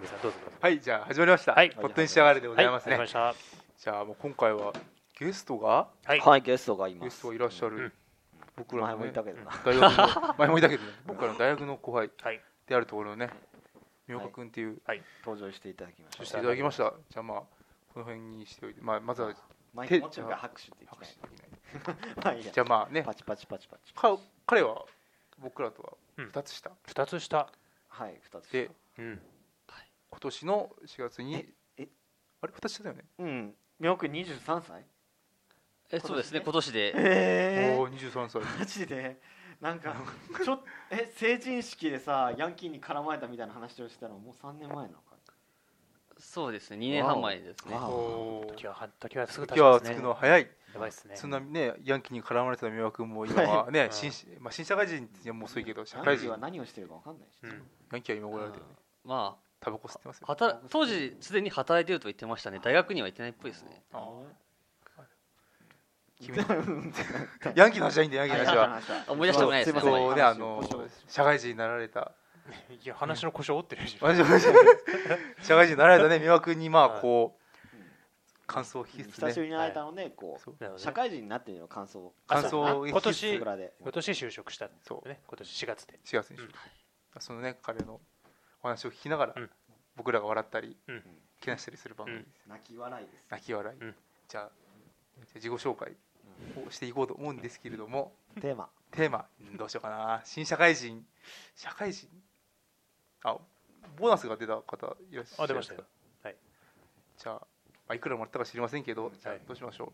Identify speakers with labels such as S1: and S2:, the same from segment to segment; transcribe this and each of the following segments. S1: ですがどうぞどうぞ
S2: はいじゃあ始まりました、
S1: はい
S2: ポットに仕上がれでございますね、
S1: はい、わか
S2: じゃあもう今回はゲストが
S1: りましたはい
S3: はい、ゲストがいま
S2: ゲス
S3: す。
S2: トがいらっしゃる、
S1: うん
S2: 僕らの、ね、
S3: 前もいたけどな
S2: 大学 の前もいたけどね僕らの大学の後輩
S1: はい
S2: であるところのね三岡君っていう、
S3: 登場していただきまし
S2: そして
S3: た
S2: いただきましたじゃあまあこの辺にしておいて、まあ、まずは
S3: マイ
S2: 手
S3: クもうちょいが拍手って言
S2: 拍手できない
S3: ってた。まあいいや
S2: じゃあまあね
S3: パチパチパチパチ。
S2: か彼は僕らとは2つ下、
S1: 2つ下
S3: はい、二つ。
S2: で
S1: うん
S2: 今年の4月に
S3: ええ
S2: あれ2つ下だよね、
S3: うん。みおくん二十三歳？
S4: えそうですね今年で
S3: え
S2: おー23歳
S3: ーマジで。なんかちょっえ成人式でさヤンキーに絡まれたみたいな話をしたのもう三年前なのか。
S4: そうですね2年半前ですね
S3: わあ
S2: おー
S1: 時は時はすぐ経
S2: 時
S1: ちま
S2: は
S1: す
S2: つ
S1: ね
S2: くのは早い
S1: やばいですね
S2: そんなね、ヤンキーに絡まれてた三輪君も今はね、
S1: い
S2: 新まあ、新社会人ってもう遅いけど、社
S3: ヤン
S2: 会
S3: キー
S2: 人、
S3: は
S2: ヤ
S3: 何をしてるかわかんないし。
S1: うん
S2: ンキーは今ごられてるね、
S4: ま
S2: タバコ吸ってます
S4: あ
S2: よ。
S4: 働当時すでに働いてると言ってましたね大学には行ってないっぽいですね
S2: あー君
S3: 君
S2: ヤンキーの話はいいんだよ、ヤンキーの話は。
S3: は
S4: 思い出したくないですね
S3: すいません
S2: こうね、あの
S3: 話をご紹介
S2: 社会人になられた、
S1: いや話の腰を折ってるじゃん
S2: 私も社会人になられたね、三輪君に、まあ、こう、感想を聞きつつ
S3: 久しぶ
S2: ね、
S3: りに会えたのでこ
S2: そう
S1: なるほど
S3: う社
S1: ね
S3: 会人になっての感想を
S1: あ
S2: 感想
S1: そう
S2: を
S1: ね
S2: 聞
S1: 今
S2: きつ
S1: 年
S3: 僕らで
S1: 今年就職したんですよね今年4月で
S2: 4月にしよう
S1: うん
S2: そのね、彼のお話を聞きながら
S1: うん、
S2: 僕らが笑ったり
S1: うん、
S2: けなしたりする番組
S1: うん
S2: です。
S3: 泣き笑いです。
S2: 泣き笑い
S1: うん。
S2: じゃあ、じゃあ自己紹介をしていこうと思うんですけれども、
S3: テーマ
S2: テーマうんどうしようかな新社会人社会人あボーナスが出た方いらっしゃいますか
S1: あ出ましたよはい
S2: じゃあ、まあ、いくらもらったか知りませんけどじゃあ
S1: はい
S2: どうしましょ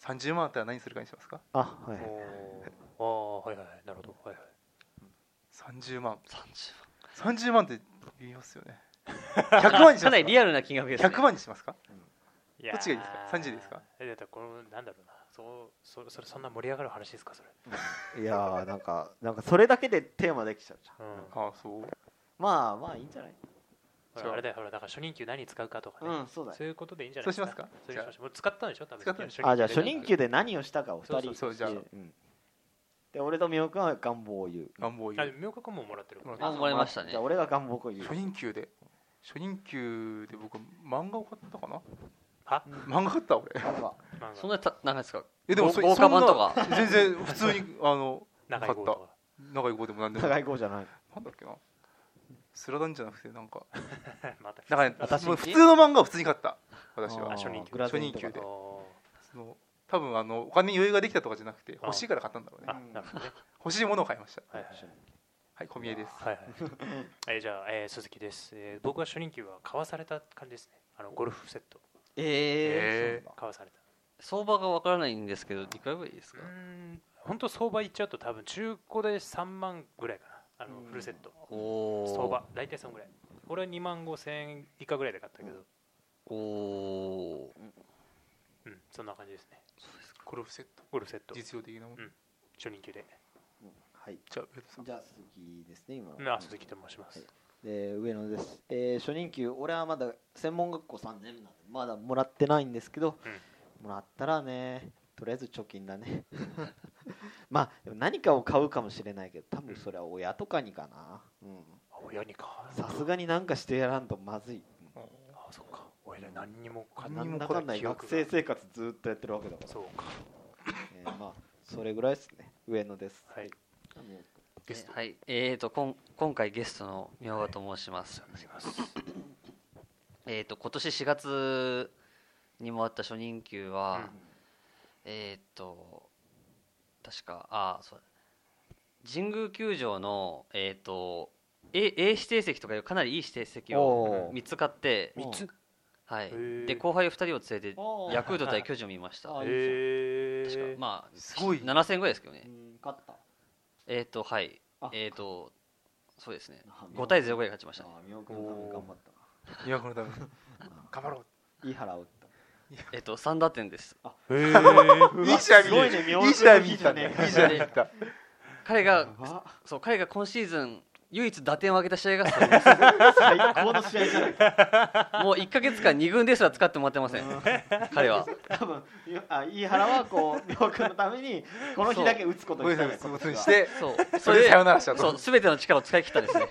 S2: う、30万あったら何するかにしますか
S3: あは
S1: おおはいはいなるほどはいはい
S2: 30万
S4: 30
S2: 30万って言いますよね100万にしますか
S4: かなりリアルな金額ですね
S2: 100万にしますか
S1: いや
S2: どっちがいいですか30ですか
S1: えだってこのなんだろうなそうそそれそんな盛り上がる話ですかそれ
S3: いいやーなんかなんかそれだけでテーマできちゃうじゃん
S1: うん
S2: ああそう
S3: まあまあいいんじゃない
S1: ほ
S2: そう
S1: らあれだよほらだから初任給何使うかとか
S3: う
S1: ね
S3: んそうだよ
S1: そういうことでいいんじゃない
S2: そうしますか
S1: そうしましょうもう使ったんでしょ多分
S2: 使ったんで
S1: いや
S3: あじゃあ
S1: 初
S3: 初
S1: 任
S3: 任給で何をしたかお二
S2: そう
S3: 人
S2: そうそうじゃあ
S3: うんで俺と美桜君は願望を言う
S2: 願望を
S1: 給あ
S2: 言
S1: で
S2: う
S1: も明確ももらってるからね
S4: あもらいましたね
S3: じゃあ俺が願望を言う
S2: 初任給で初任給で僕漫画を買ったかな
S1: は
S3: うん
S2: 漫画買った俺
S3: なんか
S1: 漫画
S4: そんなた長いですか
S2: えでも
S4: 豪
S2: そ
S4: 豪華版と
S2: そ
S4: か
S2: んな全然普通にあの
S1: 仲良い子と
S2: 買長い子でもなんでも
S3: 長い子じゃない
S2: なんだっけなスラダンじゃなくてなんか
S1: か また
S2: だから、ね、
S3: 私
S2: もう普通の漫画を普通に買った私
S3: あー
S2: は
S1: 初任給
S3: グラデンとか
S2: 初任給で
S1: お
S2: その多分あのお金に余裕ができたとかじゃなくて
S1: あ
S2: 欲しいから買ったんだろう
S1: ーあ
S2: ね
S1: なるほどね
S2: 欲しいものを買いました
S1: はいはい
S2: はい小宮です
S1: はいはい、えーじゃあ、えー鈴木です、えー僕は初任給は買わされた感じですねあのゴルフセット
S3: え
S2: えー
S3: えそうなんだ
S1: 買わされた
S4: 相場がわからないんですけどいくらぐらいですか
S1: うん本当相場言っちゃうと多分中古で3万ぐらいかなあの
S3: うん
S1: フルセット
S4: おお
S1: 相場大体そのぐらい俺は2万5千円以下ぐらいで買ったけど
S4: おお
S1: うんそんな感じですね
S4: そうですか
S2: ゴルフセット
S1: ゴルフセット
S2: 実用的なもの
S1: うん初任給で
S3: うんはい
S2: じゃあ上田さん
S3: じゃあ鈴木ですね今
S1: うんあ鈴木と申します、
S3: はいで上野です、えー初任給俺はまだ専門学校3年目なんでまだもらってないんですけど、もらったらねとりあえず貯金だね まあでも何かを買うかもしれないけど多分それは親とかにかなうん
S1: あ親にか
S3: さすがになんかしてやらんとまずい、
S1: あそうか親に何にも買
S3: う
S1: っ
S3: ん、
S1: て
S3: な
S2: 何
S3: ん
S2: も
S3: だ
S2: 買
S3: か
S2: わ
S3: ん
S2: な
S3: だ
S2: い
S3: 学生生活ずっとやってるわけだから、
S1: そうか
S3: えーまあそれぐらいですね上野です
S1: はい
S2: ゲスト
S4: えはいえーとこん今回ゲストのみょうがと申します
S1: お願いします
S4: えーと今年4月にもらった初任給は、
S1: うん
S4: えーっと確かあそうだ神宮球場のえーっと A, A 指定席とかいうかなりいい指定席
S3: お
S4: を
S3: ー
S4: 3つ買って、
S3: うん
S1: 三つ
S4: はい
S1: へ、ー
S4: で後輩を2人を連れて
S3: おー
S4: ヤクルト対巨人を見ました
S3: あーいい
S1: へ
S4: 確
S1: え
S4: かまあ
S2: すごい
S4: 7000円ぐらいですけど
S3: う
S4: ね
S3: ん勝った
S4: えーっとはい
S3: あ
S4: えーっとそうですね
S3: あ
S4: 5対0ぐらい勝ちましたね
S3: ああ宮尾君のために頑張ったな
S2: 三輪君のために頑張ろ
S3: いい腹を打った
S4: えーっと3打点です
S1: へえ
S2: う
S3: う
S2: い
S3: わ
S2: い試合
S3: すごいね
S2: 見
S3: 妙
S2: たいい試合見
S3: 妙
S2: た
S3: な日じゃね
S2: いい試合見た
S4: 彼が
S3: やば
S4: そう彼が今シーズン唯一打点を挙げた試合がそれです
S3: 最高の試合じゃないか
S4: もう1か月間2軍ですら使ってもらってません彼は
S3: 多分いあ飯原はこう亮君のためにこの日だけ打つこと
S2: ごめ
S3: に
S2: ん
S3: し
S2: な
S3: た
S2: さい、そう
S3: ね今年は
S2: して、
S4: そう
S2: それでさよならした
S4: そう
S2: と。
S4: 全ての力を使い切ったですね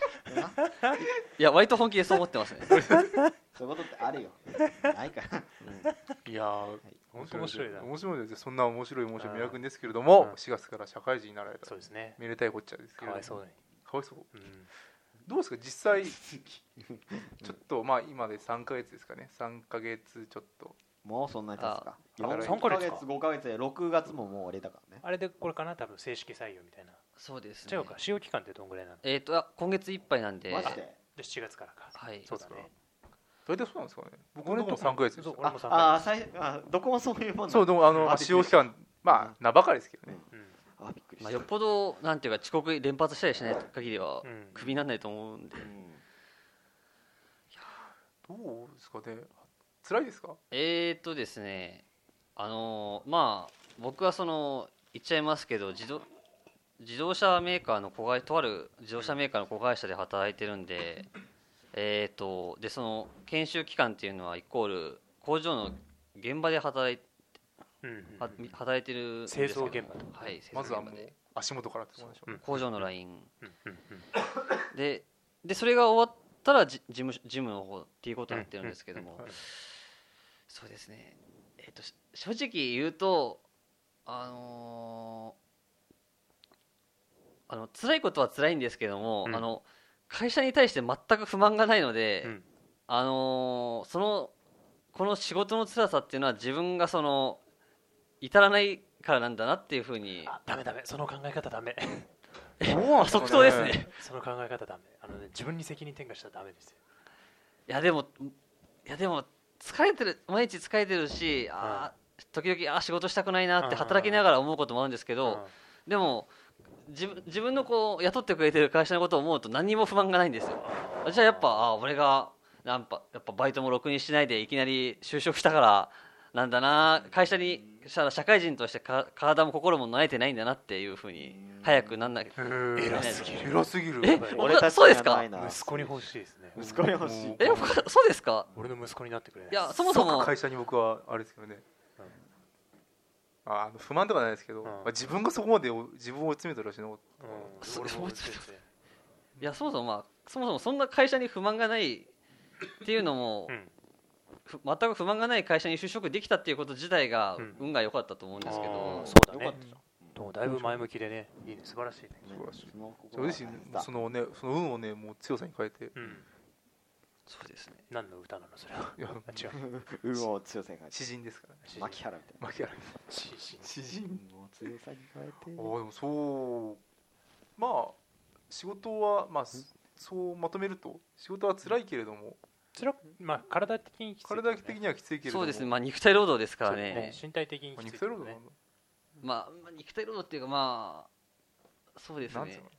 S4: いや割と本気でそう思ってますね
S3: そういうことってあるよないから
S2: いやー、
S1: 本当面白いな
S2: 面白いですよ。そんな面白い面白い魅力ですけれど
S1: うん
S2: も、4月から社会人になられた
S1: そ。うですね
S2: めでたいこっちゃですけ
S1: か
S2: れど
S1: わい
S2: も
S1: そうに、
S2: かわいそう。
S1: うん
S2: どうですか、実際、ちょっと、まあ、今で3ヶ月ですかね。3ヶ月ちょっと。
S3: もうそんなに経つか
S2: あ
S3: 4
S1: 3ヶ月か
S3: 月5ヶ月で6月ももう俺だからね
S1: あれでこれかな多分正式採用みたいな
S4: そうです
S1: 違うか使用期間ってどんぐらいなの
S4: えっ、とあ今月いっぱいなんで
S3: マジで
S1: で7月からか
S4: はい
S1: そうだね
S2: 大体そうなんですかね。僕のとこも3ヶ月です
S1: そう
S2: よ。
S1: 俺
S3: あ
S1: も3
S3: あ
S1: ヶ
S3: 最あどこもそういうもんだ
S2: そう、でも、あの、
S1: あ
S2: まあ使用期間、まあ、名ばかりですけどね。
S1: 月うん
S3: あびっくりし
S4: ま
S3: た
S4: あ、よっぽどなんていうか遅刻連発したりしない限りは
S1: うん
S4: クビにならないと思うんで、
S3: うん
S2: どうですかね。辛いですか
S4: えー、っとですねあのーまあ僕はその言っちゃいますけど自動自動車メーカーの子会とある自動車メーカーの子会社で働いてるんでえーっとでその研修期間っていうのはイコール工場の現場で働い
S1: うんうん
S4: は働いてるんですけど
S1: 製造現場と
S4: はい製造
S2: ま
S4: 現
S2: ずはも
S4: 場
S2: う
S4: で、
S2: 足元からってことでしょ
S1: う
S2: う。
S1: ん
S4: 工場のライン
S1: うんうんうん
S4: ででそれが終わったらじ事務所事務の方っていうことになってるんですけど
S2: う
S4: も、
S2: んうんうんはい
S4: そうですねえっ、とし正直言うとあのーあの辛いことは辛いんですけども、
S1: うん
S4: あの会社に対して全く不満がないので、
S1: うん
S4: あのーそのこの仕事の辛さっていうのは自分がその至らないからなんだなっていうふうに
S1: あダメダメその考え方ダメ
S2: そうなんすかね
S4: 即答ですね。
S1: その考え方ダメあのね自分に責任転嫁したらダメですよ
S4: いやでもいやでも疲れてる毎日疲れてるしあー時々あー仕事したくないなって
S1: うん
S4: 働きながら思うこともあるんですけ
S1: うん
S4: どでも自分自分のこう雇ってくれてる会社のことを思うと何にも不満がないんですよじゃあやっぱあー俺がなんぱやっぱバイトもろくにしないでいきなり就職したからなんだな会社にしたら社会人としてか体も心も慣れてないんだなっていうふうに早くなんなきゃ
S1: うん
S4: 偉
S1: 偉
S4: す
S1: す
S4: ぎ
S1: ぎる
S2: 偉すぎる。
S4: え
S3: 俺たち
S4: そうです
S3: じ
S4: か
S3: ゃないな
S1: 息子に欲しいですね
S3: 息子に欲しい
S4: えそうですか
S1: 俺の息子になってくれない
S4: いやそもそも
S2: 即会社に僕はあれですけどね、
S1: うん
S2: ああの不満とかないですけど、
S1: うん
S2: まあ、自分がそこまでお自分を追い詰めたらしい
S1: う
S2: の
S1: ん
S4: そ
S1: 俺も
S4: そう
S1: 全然
S4: いやそもそもまあそもそもそんな会社に不満がないっていうのも、
S1: うん
S4: ふ全く不満がない会社に就職できたっていうこと自体が
S1: うん
S4: 運が良かったと思うんですけど、
S1: あー
S4: そ
S1: そうだね
S3: よかったじゃん
S1: でもだいぶ前向きでねいいね素晴らしいね
S2: 素晴らしい
S3: その心
S2: そう
S3: は大
S2: です
S3: 切
S2: し
S3: だ
S2: そのねその運をねもう強さに変えて、
S1: うん
S4: うですね
S1: 何の歌なのそれはい
S2: や
S1: あ違う
S3: 運を強さに変 えて
S2: 詩人ですからね
S3: 牧原みたいな
S2: 牧原
S1: しし
S2: 詩
S3: 運
S2: 人
S3: を強さに変え
S2: ああ
S3: て
S2: でもそうまあ仕事はまあすそうまとめると仕事は辛いけれども
S1: つらまあ体的にきついけどね
S2: 体的にはきついけれど
S4: そ
S2: も
S4: うですねまあ肉体労働ですからね
S1: そう身体的に
S2: まあ
S1: きついけど
S2: 肉体労
S1: ね
S2: 働なんだ
S4: まあ、まあ肉体労働っていうかまあそうです
S2: なんつう
S4: ね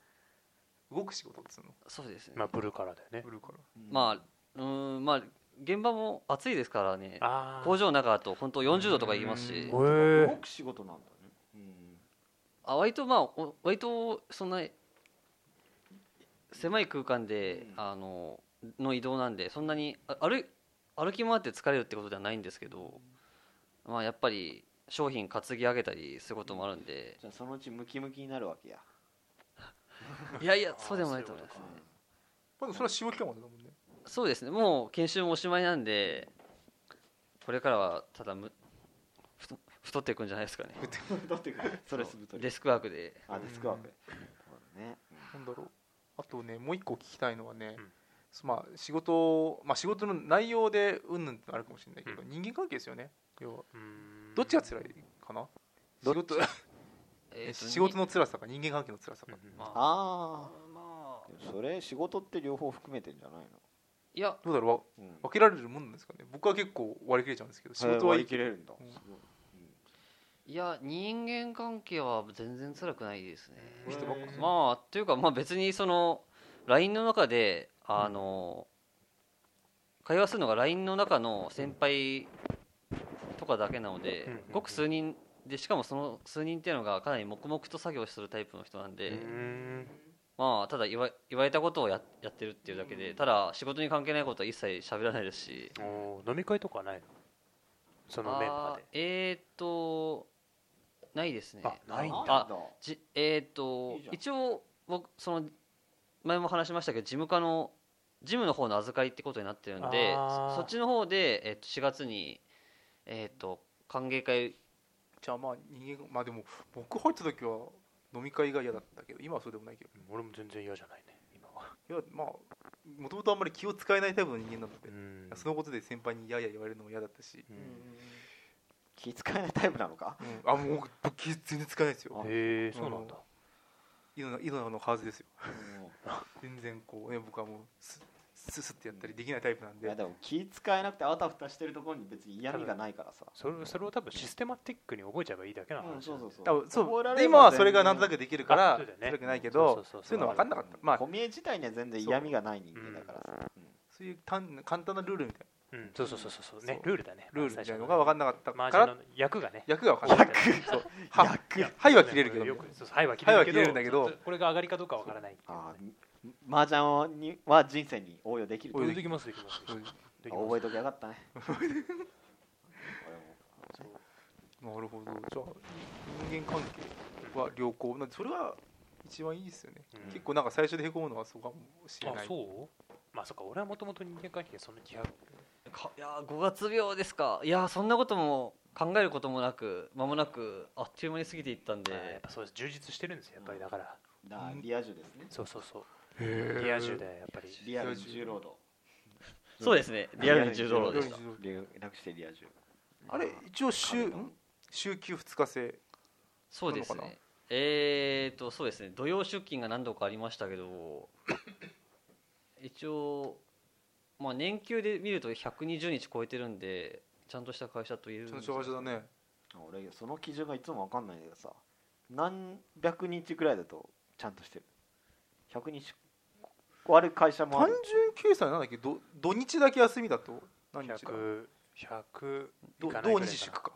S2: の動く仕事っつうの
S4: そうですね
S1: ま
S4: ま
S1: あブルーカラーだよね
S2: ブルーから
S4: あうーんまあ現場も暑いですからね
S1: ああ
S4: 工場の中だと本当40度とか言います
S2: う
S4: し
S2: ん
S1: へ
S3: 動
S1: え
S3: く仕事なんだねうん
S4: あ割とまあお割とそんな狭い空間で、
S3: うん
S4: あのの移動なんでそんなにあ歩い歩き回って疲れるってことではないんですけど、まあ、やっぱり商品担ぎ上げたりすることもあるんで
S3: じゃあそのうちムキムキになるわけや
S4: いやいやそうでもないと思いますね
S1: そういう
S2: まあでもそれは使用期間までだもんね
S4: そうですねもう研修もおしまいなんでこれからはただむ太太っていくんじゃないですかね
S3: だってそれすぶとり
S4: デスクワークで
S3: あデスクワークそうだね
S2: なんだろうあとねもう一個聞きたいのはね、
S1: うん
S2: まあ仕事まあ仕事の内容でうんぬんってあるかもしれないけど、
S1: う
S2: 人間関係ですよね要は
S1: うーん
S2: どっちが辛いかな、
S3: どっ
S2: 仕事
S4: えーと
S2: 仕事の辛さか人間関係の辛さ
S1: う
S2: か、
S1: んうん
S4: まあ
S3: あ
S4: まあ
S3: あそれ仕事って両方含めてんじゃないの
S4: いや
S2: どうだろうわ
S3: うん
S2: 分けられるもんなんですかね僕は結構割り切れちゃうんですけど仕事はいい
S3: 切れるんだ
S2: うん
S3: すごいうん
S4: いや人間関係は全然辛くないですね。
S2: 人ばっか
S1: あ
S4: まあというかまあ別にその LINE の中であの、会話するのが LINE の中の先輩とかだけなので、
S1: うんうんうん
S4: ごく数人でしかもその数人っていうのがかなり黙々と作業するタイプの人なんで、
S1: うーん
S4: まあただ言わ言われたことをややってるっていうだけでただ仕事に関係ないことは一切喋らないですし
S1: おー飲み会とかはないのそのメンバーで
S4: あーえっ、とないですね
S1: あないんだ
S4: あじえっ、
S3: い
S4: と
S3: いじゃん
S4: 一応僕その前も話しましたけど事務課の事務の方の預かりってことになってるんで
S1: あー
S4: そそっちの方で、えっと4月に、えっと歓迎会
S2: じゃあまあ人間まあでも僕入った時は飲み会が嫌だったけど今はそうでもないけど
S1: うん俺も全然嫌じゃないね今はい
S2: やまあもともとあんまり気を使えないタイプの人間なので、
S1: うん
S2: そのことで先輩にやや言われるのも嫌だったし、
S1: うん
S3: 気遣えないタイプなのか
S2: うんあもう僕気全然使えないですよ
S1: へえそうなんだ
S2: 井戸井戸のはずですよ全然こうね僕はもうスススってやったりできないタイプなん
S3: い
S2: で
S3: やでも気遣えなくてあたふたしてるところに別に嫌味がないからさ
S1: それそれを多分システマティックに覚えちゃえばいいだけなの
S3: うんそうそうそう
S2: 多分
S3: 覚え
S2: そ
S3: ら
S2: う
S3: れ
S2: で
S3: れば
S2: 今はそれがなんとな
S3: 全然
S2: くできるから
S1: あそうだよね
S2: 辛くないけ
S1: そ
S2: ど
S1: うそうそう
S2: そういうの分かんなかったまあ
S3: 小見え自体には全然嫌味がない人間だからさ
S2: そういう単簡単なルールみたい
S1: うんそうそうそうそうそうね
S2: そう
S1: ルールだね
S2: なルールみたいなのが分
S1: 分
S2: かんなかった
S1: マー
S2: か
S1: ジャ
S2: ら
S1: ンの役がね
S2: 役が分かんなかった
S1: 役
S2: そうははいは切れるけど
S1: よくそうそうはいは切れるけど
S2: はいは切れるんだけど
S1: そうこれが上がりかどうかわからないっていう
S3: あマージャンには人生に応用できると
S2: 応用
S1: できますできます
S2: うん
S1: でき
S3: あ
S1: ます
S3: 覚えときゃよかっ たね
S1: そう
S2: なるほどじゃあ人間関係は良好なんでそれは一番いいですよね、
S1: うん
S2: 結構なんか最初でへこむのはそうかもしれ
S1: あ
S2: ない
S1: そうまあそっか俺はもともと人間関係そんな気が
S4: かいやー5月病ですかいやーそんなことも考えることもなく間もなくあっという間に過ぎていったんで
S1: あーやっぱそうです充実してるんですよやっぱりだから
S3: だからリア充ですね
S1: そうそうそ
S2: へ
S1: う
S2: ー
S1: リア充でやっぱり
S3: リアルに重労働
S4: そうですねリアルに重労働でした
S2: リアルに重労働
S3: リアル楽してリア充
S2: あれ一応週ん週休2日制
S4: そうです
S2: なのか
S4: ねえー、とそうですね土曜出勤が何度かありましたけど一応、まあ、年給で見ると120日超えてるんでちゃんとした会社と言えるん
S2: その
S4: です
S2: 障害者だね
S3: 俺その基準がいつも分かんないんだけどさ何百日くらいだとちゃんとしてる100日ある会社もあ
S2: 単
S3: る
S2: 純計算なんだっけど土日だけ休みだと何日だ
S1: 100 100
S2: ど
S1: いかないぐらいか
S2: 土
S1: な
S2: 日祝か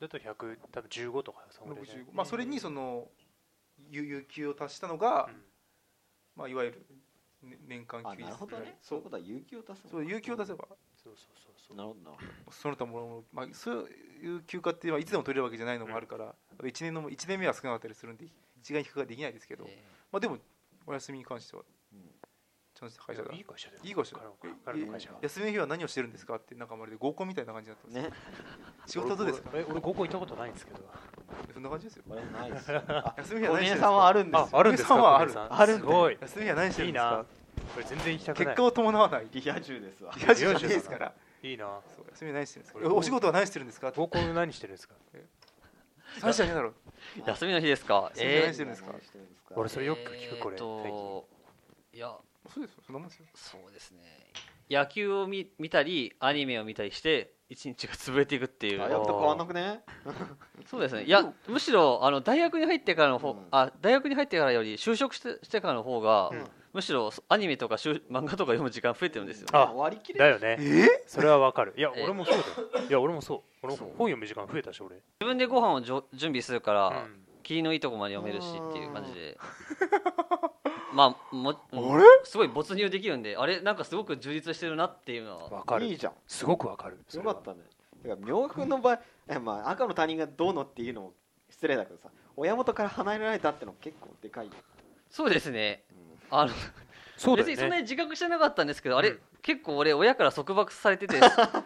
S1: だと100多分15とかそのぐらいじゃない
S2: 65まあそれにその有有給を足したのが、
S1: うん
S2: まあ、いわゆるね年間
S3: あ
S2: 休日
S3: なるほどねそ
S2: そう
S3: いう
S2: う
S3: ことは有給を出す
S2: そう有給を出せば
S1: そうそうそうそう
S3: なるほどなるほど
S2: その他もろもろ、まあ、そういう休暇ってまあいつでも取れるわけじゃないのもあるから、あと一年の1年目は少なかったりするんで一概に比較ができないですけど、
S4: え
S2: まあ、でもお休みに関しては
S3: うん
S2: ちゃんとした会社だ
S1: いい会社だよ
S2: いい会社だ
S1: 彼の
S2: え
S1: 彼の会社は
S2: 休みの日は何をしてるんですかってなんかまるで合コンみたいな感じになってます、
S3: ね
S2: 仕事はどうですか
S1: 俺俺俺高校行ったことないんですけど
S2: そんな感じですよ
S3: これないです よあ
S2: 休みの日
S3: 小
S2: は何して
S3: 宮
S2: るんです
S3: さんは
S2: か
S3: ある
S2: あるんで
S3: んですよ
S2: す
S1: 小宮
S2: か
S1: さ
S3: あるん
S1: す
S3: だ
S1: ごい
S2: 休みの日は何してるん
S1: いい
S2: です
S1: な
S2: か
S1: これ全然行きたくな
S2: 結
S1: い
S2: 果を伴わない
S3: リア充ですわ
S2: リア充じゃないですから
S1: いいな
S2: そう休み何してるんです
S1: 俺
S2: かお仕事は何してるんですかって
S1: 高校で何してるんですか
S2: 何してるんだろう
S4: ー休みの日ですか
S2: 休みの日
S4: え
S2: 何してるんですか
S3: 何してるんですか
S1: 俺それよく聞くこれ
S4: えーといや
S2: そうですよそんなもんですよ
S4: そうですね野球を見見たりアニメを見たりして一日が潰れていくっていう
S3: あやっと変わんなくね
S4: そうですねいやむしろあの大学に入ってからの方、
S3: うん
S4: あ大学に入ってからより就職してしてからの方が、
S1: うん
S4: むしろそアニメとかしゅ 漫画とか読む時間増えてるんですよ
S1: あ
S3: 割り切れ
S1: だ
S3: る
S1: よね
S2: え
S1: それはわかるいや
S4: え
S1: 俺もそうだよいや俺もそう俺も
S4: そう
S1: 本読む時間増えたし俺
S4: 自分でご飯をじょ準備するから、
S1: うん
S4: 霧のいいとこまで読めるしっていう感じでまあも、うん
S2: あれ
S4: すごい没入できるんであれなんかすごく充実してるなっていうのは
S1: わか
S3: いい
S1: る
S3: じゃん
S1: すごくわかるそ
S3: よ
S1: れ
S3: か
S1: は
S3: ったね。てか、明君の場合、えまあ、赤の他人がどうのっていうのも失礼だけどさ、親元から離れられたっての結構でかいよ。
S4: そうですねあの
S1: そうだ
S4: 別にそ
S1: よ
S4: んな
S1: ね
S4: に自覚してなかったんですけどあれ、
S1: うん
S4: 結構俺親から束縛されてて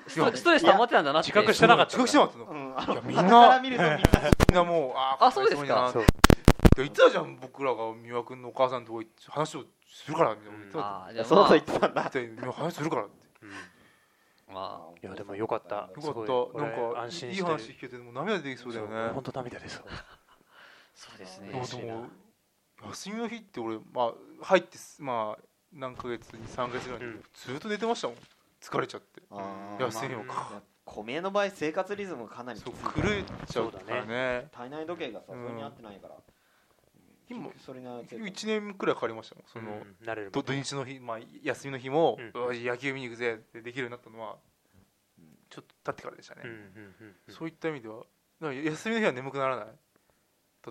S4: ストストレス溜まってたんだなって
S1: 自覚してなかった
S2: 遅刻してもらった
S3: う
S2: の
S3: ん、あの、
S2: みん
S3: は
S2: な
S3: から見るとみんな、
S2: みんなもうあ
S4: あそうですか
S2: かわいそうにな
S1: そう
S2: で言ってたじゃん僕らが三輪君のお母さんとこ行って話をするからみたいな
S1: うん
S2: 言っ
S4: あーじゃあ
S3: そう
S4: まあ
S3: そう言ってたんだ。
S2: てた話するからって
S1: うん
S4: ま
S1: いやでもよかった
S2: よ
S1: すごい
S2: かった
S1: 俺
S2: なんか
S1: 安心
S2: い
S1: し
S2: い
S1: てる
S2: 話聞けてもう涙出てきそうだよね
S1: 本当涙です
S4: あそうですね
S2: でも
S1: 嬉しいな
S2: 休みの日って俺まあ入ってすまあ何ヶ月に3ヶ月ぐらいに、
S1: うん
S2: ずっと寝てましたもん疲れちゃって
S3: あー
S2: 休みを
S1: まあ
S2: か、
S3: まあ米の場合、生活リズムがかなり
S2: そう
S3: きついから
S2: 狂っちゃうからね
S3: 体内時計がさ、そ
S2: うん
S3: れに合ってないから。
S2: 今
S3: それに合って
S2: 一年くらいかかりましたもんその、
S1: うんなれる
S2: ど土日の日、まあ、休みの日も、
S1: うん
S2: よし野球見に行くぜってできるようになったのは
S3: うん
S2: ちょっと経ってからでしたね、
S1: うんうんうんうん
S2: そういった意味ではなんか休みの日は眠くならない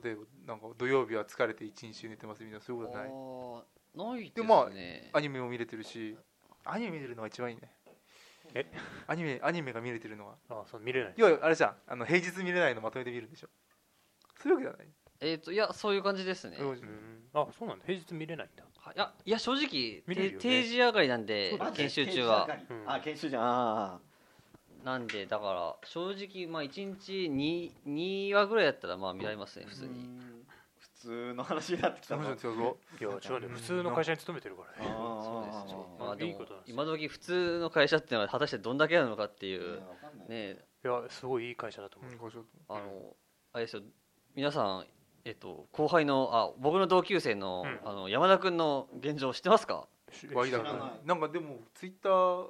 S2: 例えばなんか土曜日は疲れて一日寝てますみたいなそういうことはない
S4: ないない
S2: で
S4: で
S2: すまあ
S4: ね
S2: アニメも見れてるしアニメ見れるのが一番いいね
S1: え
S2: アニメアニメが見れてるのは
S1: あそう見れない
S2: 要はあれじゃんあの平日見れないのまとめて見るんでしょそういうわけじゃない
S4: えっ、といやそういう感じですね、
S2: う
S1: うんんあそうなんだ平日見れないんだ
S4: はいやいや正直、
S1: 見れる
S4: て
S1: よね
S4: 定時上がりなんで
S3: そうだね
S4: 研修中は
S3: 研修上がり
S1: うん
S3: あ研修じゃんあ
S4: なんでだから正直まあ1日 2, 2話ぐらいやったらまあ見られますね
S3: ー
S4: 普通
S3: う
S4: に
S3: ん普通の話になってきた
S2: その
S3: な
S2: 人強そ
S1: いや
S2: う
S1: 違うね普通の会社に勤めてるからね
S4: そうですね
S1: あー
S4: まあでも
S1: いいことなんですよ
S4: 今時普通の会社っていうのは果たしてどんだけなのかってい
S3: いや
S4: う
S3: わかんない
S4: ね
S1: いやすごいいい会社だと思う、
S2: うんこうしよう
S4: あのあれですよ皆さんえっと後輩のあ僕の同級生の,、
S1: うん
S4: あの山田君の現状知ってますか
S1: し
S2: ワイダー
S3: 知らない
S2: 君なんかでもツイッター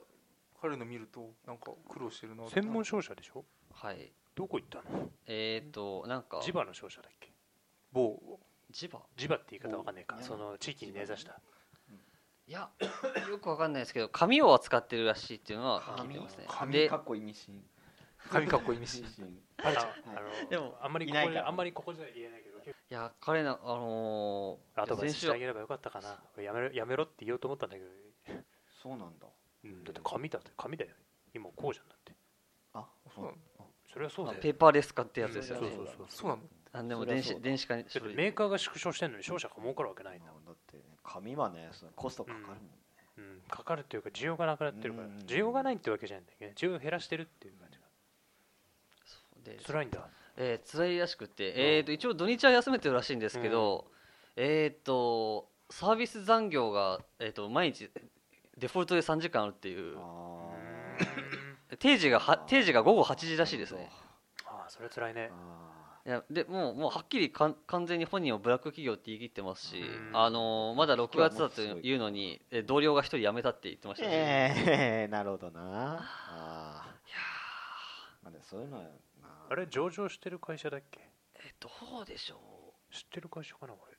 S2: 彼の見るとなんか苦労してるな
S1: 専門商社でしょ
S4: はい
S1: どこ行ったの
S4: えっとなんか
S1: 地場の商社だっけ
S2: 某
S4: 地場
S1: 地場って言い方わかんねえか
S3: お
S1: その地域に根ざした
S4: いやよくわかんないですけど紙を扱ってるらしいっていうのは聞いてますね
S2: 紙
S4: で
S3: かっこいいミシン
S2: 神かっこいいし
S3: ミシン
S1: あの
S4: でも
S1: あんまりこ
S3: い
S1: こ
S3: ない
S1: で
S3: から
S1: あんまりここじゃ言えないけど
S4: いや彼のあのー
S1: アドバイスしてあ
S4: は
S1: げればよかったかなやめろやめろって言おうと思ったんだけど、
S3: そうなんだ
S1: うん、だって紙だって紙だよ今こうじゃんだって
S3: あそうなんだ
S1: それはそう
S4: まあ
S1: だよ
S4: ペーパーレス化ってやつですよ
S1: そう
S4: ね
S1: そうそう
S2: そうなの
S4: なんで
S3: そ
S4: も
S3: りゃ
S4: 電
S3: そうだ
S4: 子電子化に
S1: だってメーカーが縮小してんのに商社が儲かるわけないんだもん、
S3: だってね紙はねそのコストかかるもんね
S1: うん、かかるっていうか需要がなくなってるから
S3: うん
S1: 需要がないってわけじゃないんだけどね需要を減らしてるっていう感じが
S4: で
S1: 辛いんだ
S4: えー辛いらしくて、えー、と一応土日は休めてるらしいんですけど、えっ、とサービス残業が、えー、と毎日デフォルトで3時間あるっていう
S3: あ
S4: 定時がは定時が午後8時
S3: ー
S4: らしいですね
S1: ああそれ辛いね
S3: あ
S4: いやでもうもうはっきりかん完全に本人をブラック企業って言い切ってますし、
S1: うん
S4: あのーまだ6月だというのにえー同僚が1人辞めたって言ってまし
S3: ー
S4: たし、
S3: ええ なるほどなあ
S4: いや
S3: ーまあでもそういうのはな
S1: あれ上場してる会社だっけ
S4: ーえーどうでしょ
S1: 知ってる会社かなこれ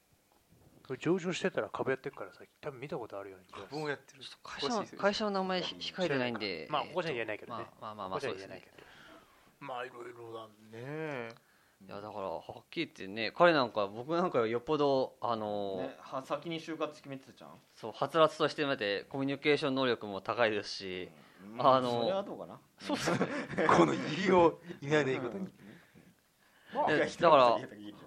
S1: これ上場してたら株やってるからさ多分見たことあるような気がす
S2: 僕も
S1: る
S2: やって
S4: う
S2: る
S4: ちょっと会社
S2: 詳
S4: の
S2: しいですよ
S4: 会社の名前ひ控えてないんで
S1: まあここじゃ言え
S4: ない
S1: ないけどね、
S4: まあまあ
S1: ここ
S4: まあ
S1: じゃ
S4: そ
S1: 言
S4: う
S1: え
S4: です
S1: ない
S4: ね
S1: けど
S2: まあいろいろだね
S4: いやだからはっきり言ってね彼なんか僕なんかよりよっぽどあのー、
S3: ねは先に就活決めてたじゃん
S4: そうはつらつとしてまでコミュニケーション能力も高いですし、
S3: うん
S4: あの
S3: それはどうかな
S4: そうっすね
S2: この言いよういないでいいことに
S4: いや
S3: いや
S4: だから
S3: 一言言えた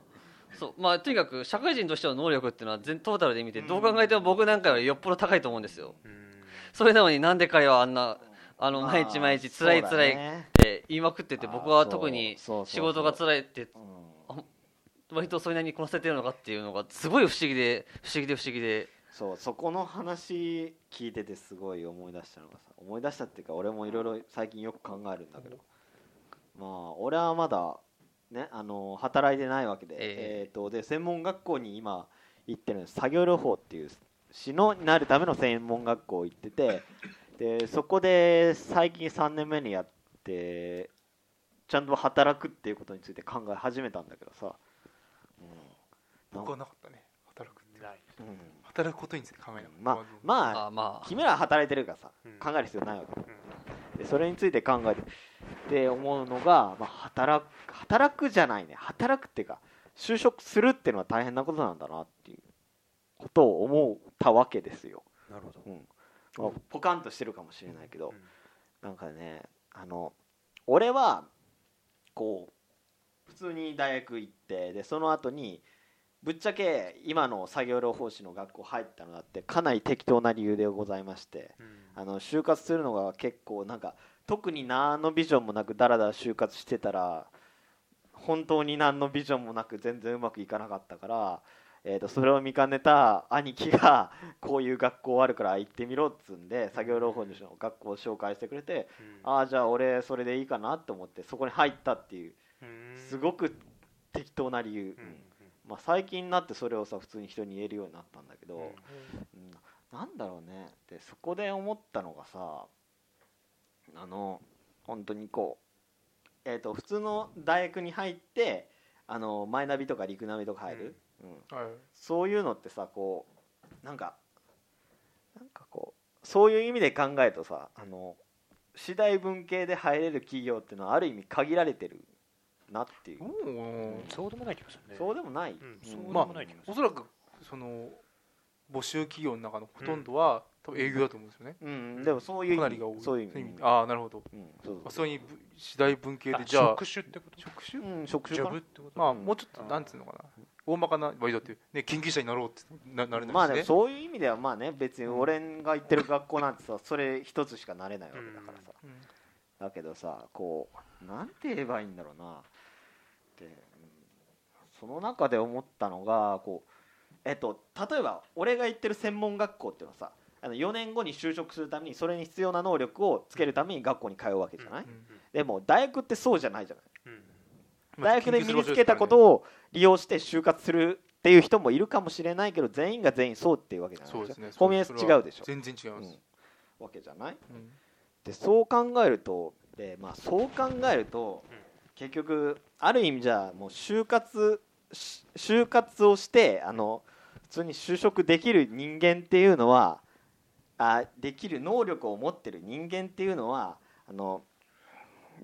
S4: そうまあとにかく社会人としての能力っていうのは全トータルで見てどう考えても僕なんかよりよっぽど高いと思うんですよ
S1: うん
S4: それなのになんで彼はあんなあの
S3: まあ
S4: 毎日毎日辛い
S3: そう
S4: 辛
S3: だ
S4: いっ
S3: ね
S4: て言いまくってて
S3: あー
S4: 僕は特に
S3: そうそうそう
S4: 仕事が辛いって
S3: うん
S4: 割とそれなりにこなせてるのかっていうのがすごい不思議で不思議で不思議で
S3: そうそこの話聞いててすごい思い出したのがさ思い出したっていうか俺もいろいろ最近よく考えるんだけどまあ俺はまだねあの働いてないわけで、
S4: ええ
S3: えーとで専門学校に今行ってるんです作業療法っていう詩のになるための専門学校行っててでそこで最近3年目にやってちゃんと働くっていうことについて考え始めたんだけどさ、うん
S2: 僕はなかったね働くって
S1: ない
S3: うん
S2: 働くことについて考えなかった
S3: まあまあ
S4: あーまあ
S3: 君らは働いてるからさ
S1: うん
S3: 考える必要ないわけ
S1: うん
S3: でそれについて考えてって思うのが、まあ、働く働くじゃないね働くっていうか就職するっていうのは大変なことなんだなっていうことを思ったわけですよ、
S1: なるほど
S3: うんまあポカンとしてるかもしれないけど
S1: う、ん
S3: なんかねあの俺はこう普通に大学行ってでその後にぶっちゃけ今の作業療法士の学校入ったのだってかなり適当な理由でございまして
S1: うん
S3: あの就活するのが結構なんか特に何のビジョンもなくダラダラ就活してたら本当に何のビジョンもなく全然うまくいかなかったから、えー、とそれを見かねた兄貴が こういう学校あるから行ってみろっつんで作業療法士の学校を紹介してくれて
S1: うん
S3: ああじゃあ俺それでいいかなと思ってそこに入ったっていう
S1: うん
S3: すごく適当な理由、
S1: うん
S3: まあ、最近になってそれをさ普通に人に言えるようになったんだけど。
S1: うん
S3: うん、なんだろうねでそこで思ったのがさあの本当にこう、えー、と普通の大学に入ってあのマイナビとか陸ナビとか入る、うん
S2: はい
S3: そういうのってさこうなんかなんかこうそういう意味で考えるとさあの次第文系で入れる企業っていうのはある意味限られてるなっていう、
S2: も
S1: そうでもない気がするね
S3: そうでもない、
S1: うん
S3: うん
S1: そうで
S2: ま
S1: もない気が
S2: うおそらくその募集企業の中のほとんどは、多分営業だと思うんですよね。
S3: うん、でもそういう意味
S2: かなりが多い。
S3: そういう意
S2: 意
S3: 味
S2: 味でああなるほど。
S3: うん、そう
S2: あ
S3: そ
S2: それにぶ次第文系で
S1: あ
S2: じゃあ
S1: 職種ってこと
S2: 職
S3: う、
S2: 種
S3: うん、職
S1: ジ
S3: 種
S1: ョ
S3: か
S1: ブ
S3: な
S1: ってこと
S2: まあ
S3: うん
S2: もうちょっと
S1: うん
S2: なんつうのかな大まかなバイトってね研究者になろうってななれないしね。
S3: まあでもそういう意味ではまあね別に俺が行ってる学校なんてさそれ一つしかなれないわけだからさ、
S2: うん
S3: だけどさこうなんて言えばいいんだろうなって、うんその中で思ったのがこう、えっと、例えば俺が行ってる専門学校っていうのはさあの4年後に就職するためにそれに必要な能力をつけるために学校に通うわけじゃない、
S2: うん
S3: でも大学ってそうじゃないじゃない
S1: うん
S3: 大学で身につけたことを利用して就活するっていう人もいるかもしれないけど全員が全員そうっていうわけじゃない
S2: そうですね。
S3: コンビニエンス
S2: それは
S3: 違うでしょ
S2: 全然違いま
S3: うん
S2: す。
S3: わけじゃない
S2: うん
S3: でそう考えるとで、まあ、そう考えると、
S1: うん
S3: 結局ある意味じゃあもう就活し就活をしてあの普通に就職できる人間っていうのはあできる能力を持ってる人間っていうのはあの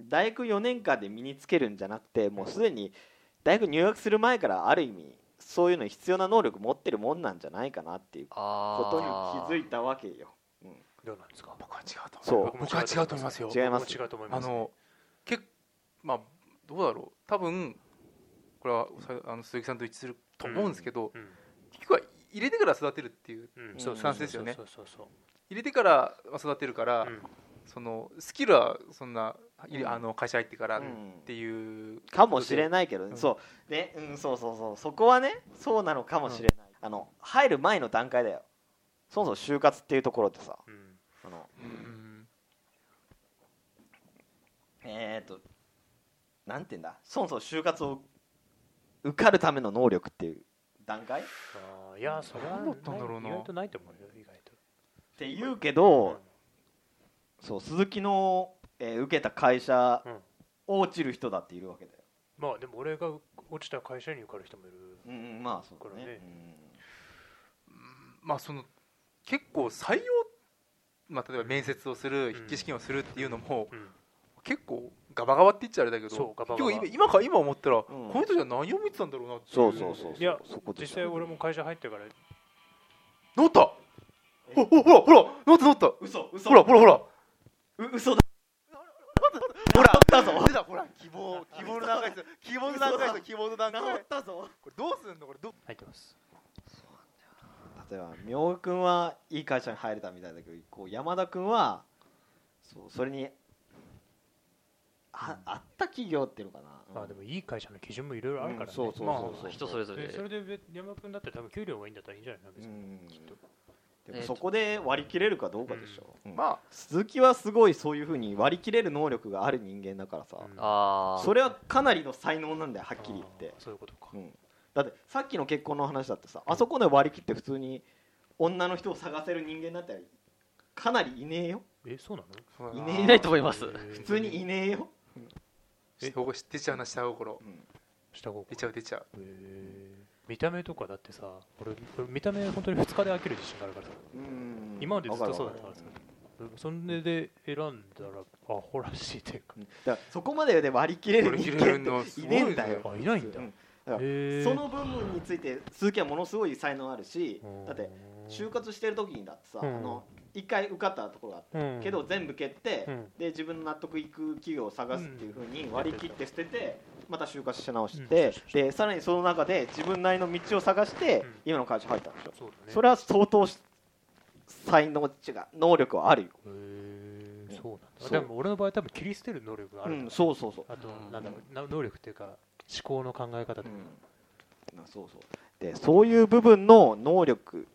S3: 大学4年間で身につけるんじゃなくてもうすでに大学入学する前からある意味そういうのに必要な能力持ってるもんなんじゃないかなっていうことに
S4: あ
S3: 気づいたわけよ。
S1: どうなんですか
S2: 僕は違うと思う。
S3: そう
S2: 僕は違うと思いますよ。
S3: 違います
S1: 僕も違うと思い
S2: あ
S1: ます
S2: の結まあどうだろう多分これはさあの鈴木さんと一致すると思うんですけど、
S1: うん
S2: 結局は入れてから育てるっていう
S1: うん
S3: うん
S1: そう
S3: スタン
S2: スですよね
S1: そうそうそう
S2: 入れてから育てるから、
S1: そううん
S2: そのスキルはそんな、い
S3: うん
S2: あの会社入ってからっ
S3: うん
S2: ていう、
S3: かもしれないけど、ね
S2: うん
S3: そうねうんそうそうそうそこはねそうなのかもしれない、あの入る前の段階だよそもそも就活っていうところってさ
S1: うん
S3: あの
S2: うん
S3: えっ、となんて言うんだそもそも就活を受かるための能力っていう段階っ
S1: あーいやそれは
S2: どうだったんだろうない
S1: 意外とないと思うよ意外と
S3: て言うけどそう鈴木の、えー受けた会社
S1: うん
S3: を落ちる人だっているわけだよ
S1: まあでも俺が落ちた会社に受かる人もいる
S3: うんうんまあそうだ
S1: こ
S3: ね
S1: れね
S2: まあその結構採用まあ、例えば面接をする筆記試験をするっていうのも、
S1: うん
S2: 結構ガバガバって言っちゃあれだけど
S1: そうガバガバ
S2: 結構今今か今思ったら、
S3: ん
S2: この人じゃ何を見てたんだろうなってい
S3: そうそうそうそう
S1: いや
S3: そこで
S1: 実
S3: しょ
S1: 際俺も会社入ってから
S2: なったほほほらほらなったなった
S3: 嘘嘘
S2: ほらほらほら
S3: う嘘だほらだぞ
S2: 出たほら希望希望の段階ですよ希望の段階ですよ希望の段階
S3: ったぞ
S2: これどうすんのこれどう
S1: 入ってます
S3: 例えば明く君はいい会社に入れたみたいだけどこう山田君はそうそれにああった企業っていうのかな、
S1: まあでもいい会社の基準もいろいろあるからね
S3: うんそうそう
S1: まあ
S3: そう
S4: あ人それぞれ
S1: えそれで別山田君だって多分給料がいいんだったらいいんじゃないの別
S3: う
S1: に
S3: ん
S1: きっと
S3: でもそこで割り切れるかどうかでしょ、うん
S2: ま
S3: 鈴木はすごいそういうふうに割り切れる能力がある人間だからさ、
S1: うん
S4: あー
S3: それはかなりの才能なんだよはっきり言って
S1: あー、そういうことか
S3: うん、だってさっきの結婚の話だってさあそこで割り切って普通に女の人を探せる人間だったらかなりいねえよ
S1: えそうなの
S2: あ
S3: い
S4: い
S3: ね
S4: ないと思います
S1: えー
S3: 普通にいねえよ、
S2: えここ出ちゃうな下心
S3: うん
S1: 下心
S2: 出ちゃう出ちゃう
S1: えー見た目とかだってさ俺俺見た目本当に2日で飽きる自信があるからさ
S3: うん
S1: 今までずっとそうだった
S3: わ
S1: か
S3: からる
S1: さうんそれで選んだらアホらしいというか
S3: うんだからそこまでで割り切れる人間っていねえんだよ
S1: あいないんだ
S3: うんだから
S1: へー
S3: その部分について鈴木はものすごい才能あるし
S1: うん
S3: だって就活してる時にだってさ、
S1: うん
S3: あの一回受かったところがあっ
S1: うん
S3: たけど全部蹴って、
S1: うん
S3: で自分の納得いく企業を探すっていうふうに割り切って捨ててまた就活し直して、でさらにその中で自分なりの道を探して、
S1: うん
S3: 今の会社入ったんでしょ、
S1: そうだね
S3: それは相当し才能違う能力はあるよ、
S1: へー
S3: うん
S1: そうなん
S3: そ
S1: だ
S3: う
S1: でも俺の場合多分切り捨てる能力があ
S3: う
S1: るん
S3: ん、
S1: だ
S3: そうそうそう
S1: あと
S4: うん
S1: なんだろうな能力っていうか思考の考え方とか
S3: うん、あそうそうでそういう部分の能力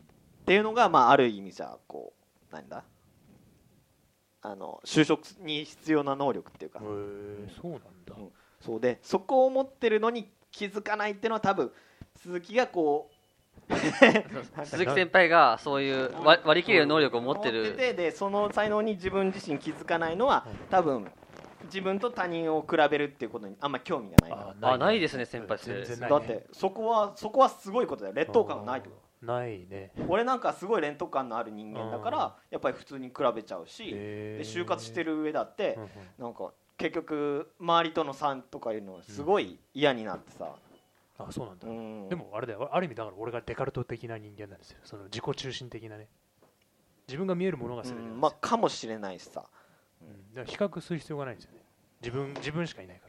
S3: っていうのが、まあ、ある意味じゃあこうなんだあの就職に必要な能力っていうか、
S1: へーそうなんだ
S3: うんそうでそこを持ってるのに気づかないっていうのは多分鈴木がこう
S4: 鈴木先輩がそういう割割り切れる能力を持って
S3: 持
S4: る
S3: てでその才能に自分自身気づかないのは
S1: うん
S3: 多分自分と他人を比べるっていうことにあんま興味がないから
S4: あないですね先輩
S1: 全然ない
S3: だ
S1: ね
S3: ってそこはそこはすごいことだよ劣等感がないってこと
S1: ないね
S3: 俺なんかすごい連得感のある人間だか
S1: うん
S3: らやっぱり普通に比べちゃうし、
S1: で
S3: で就活してる上だって
S1: うんうん
S3: なんか結局周りとの差とかいうのはすごい嫌になってさ、
S1: あそうなんだ、
S3: うん
S1: でもあれだよある意味だから俺がデカルト的な人間なんですよその自己中心的なね自分が見えるものが
S3: う
S1: 全てなんですよ、
S3: んまあかもしれないしさ
S1: うんだから比較する必要がないんですよね自分自分しかいないか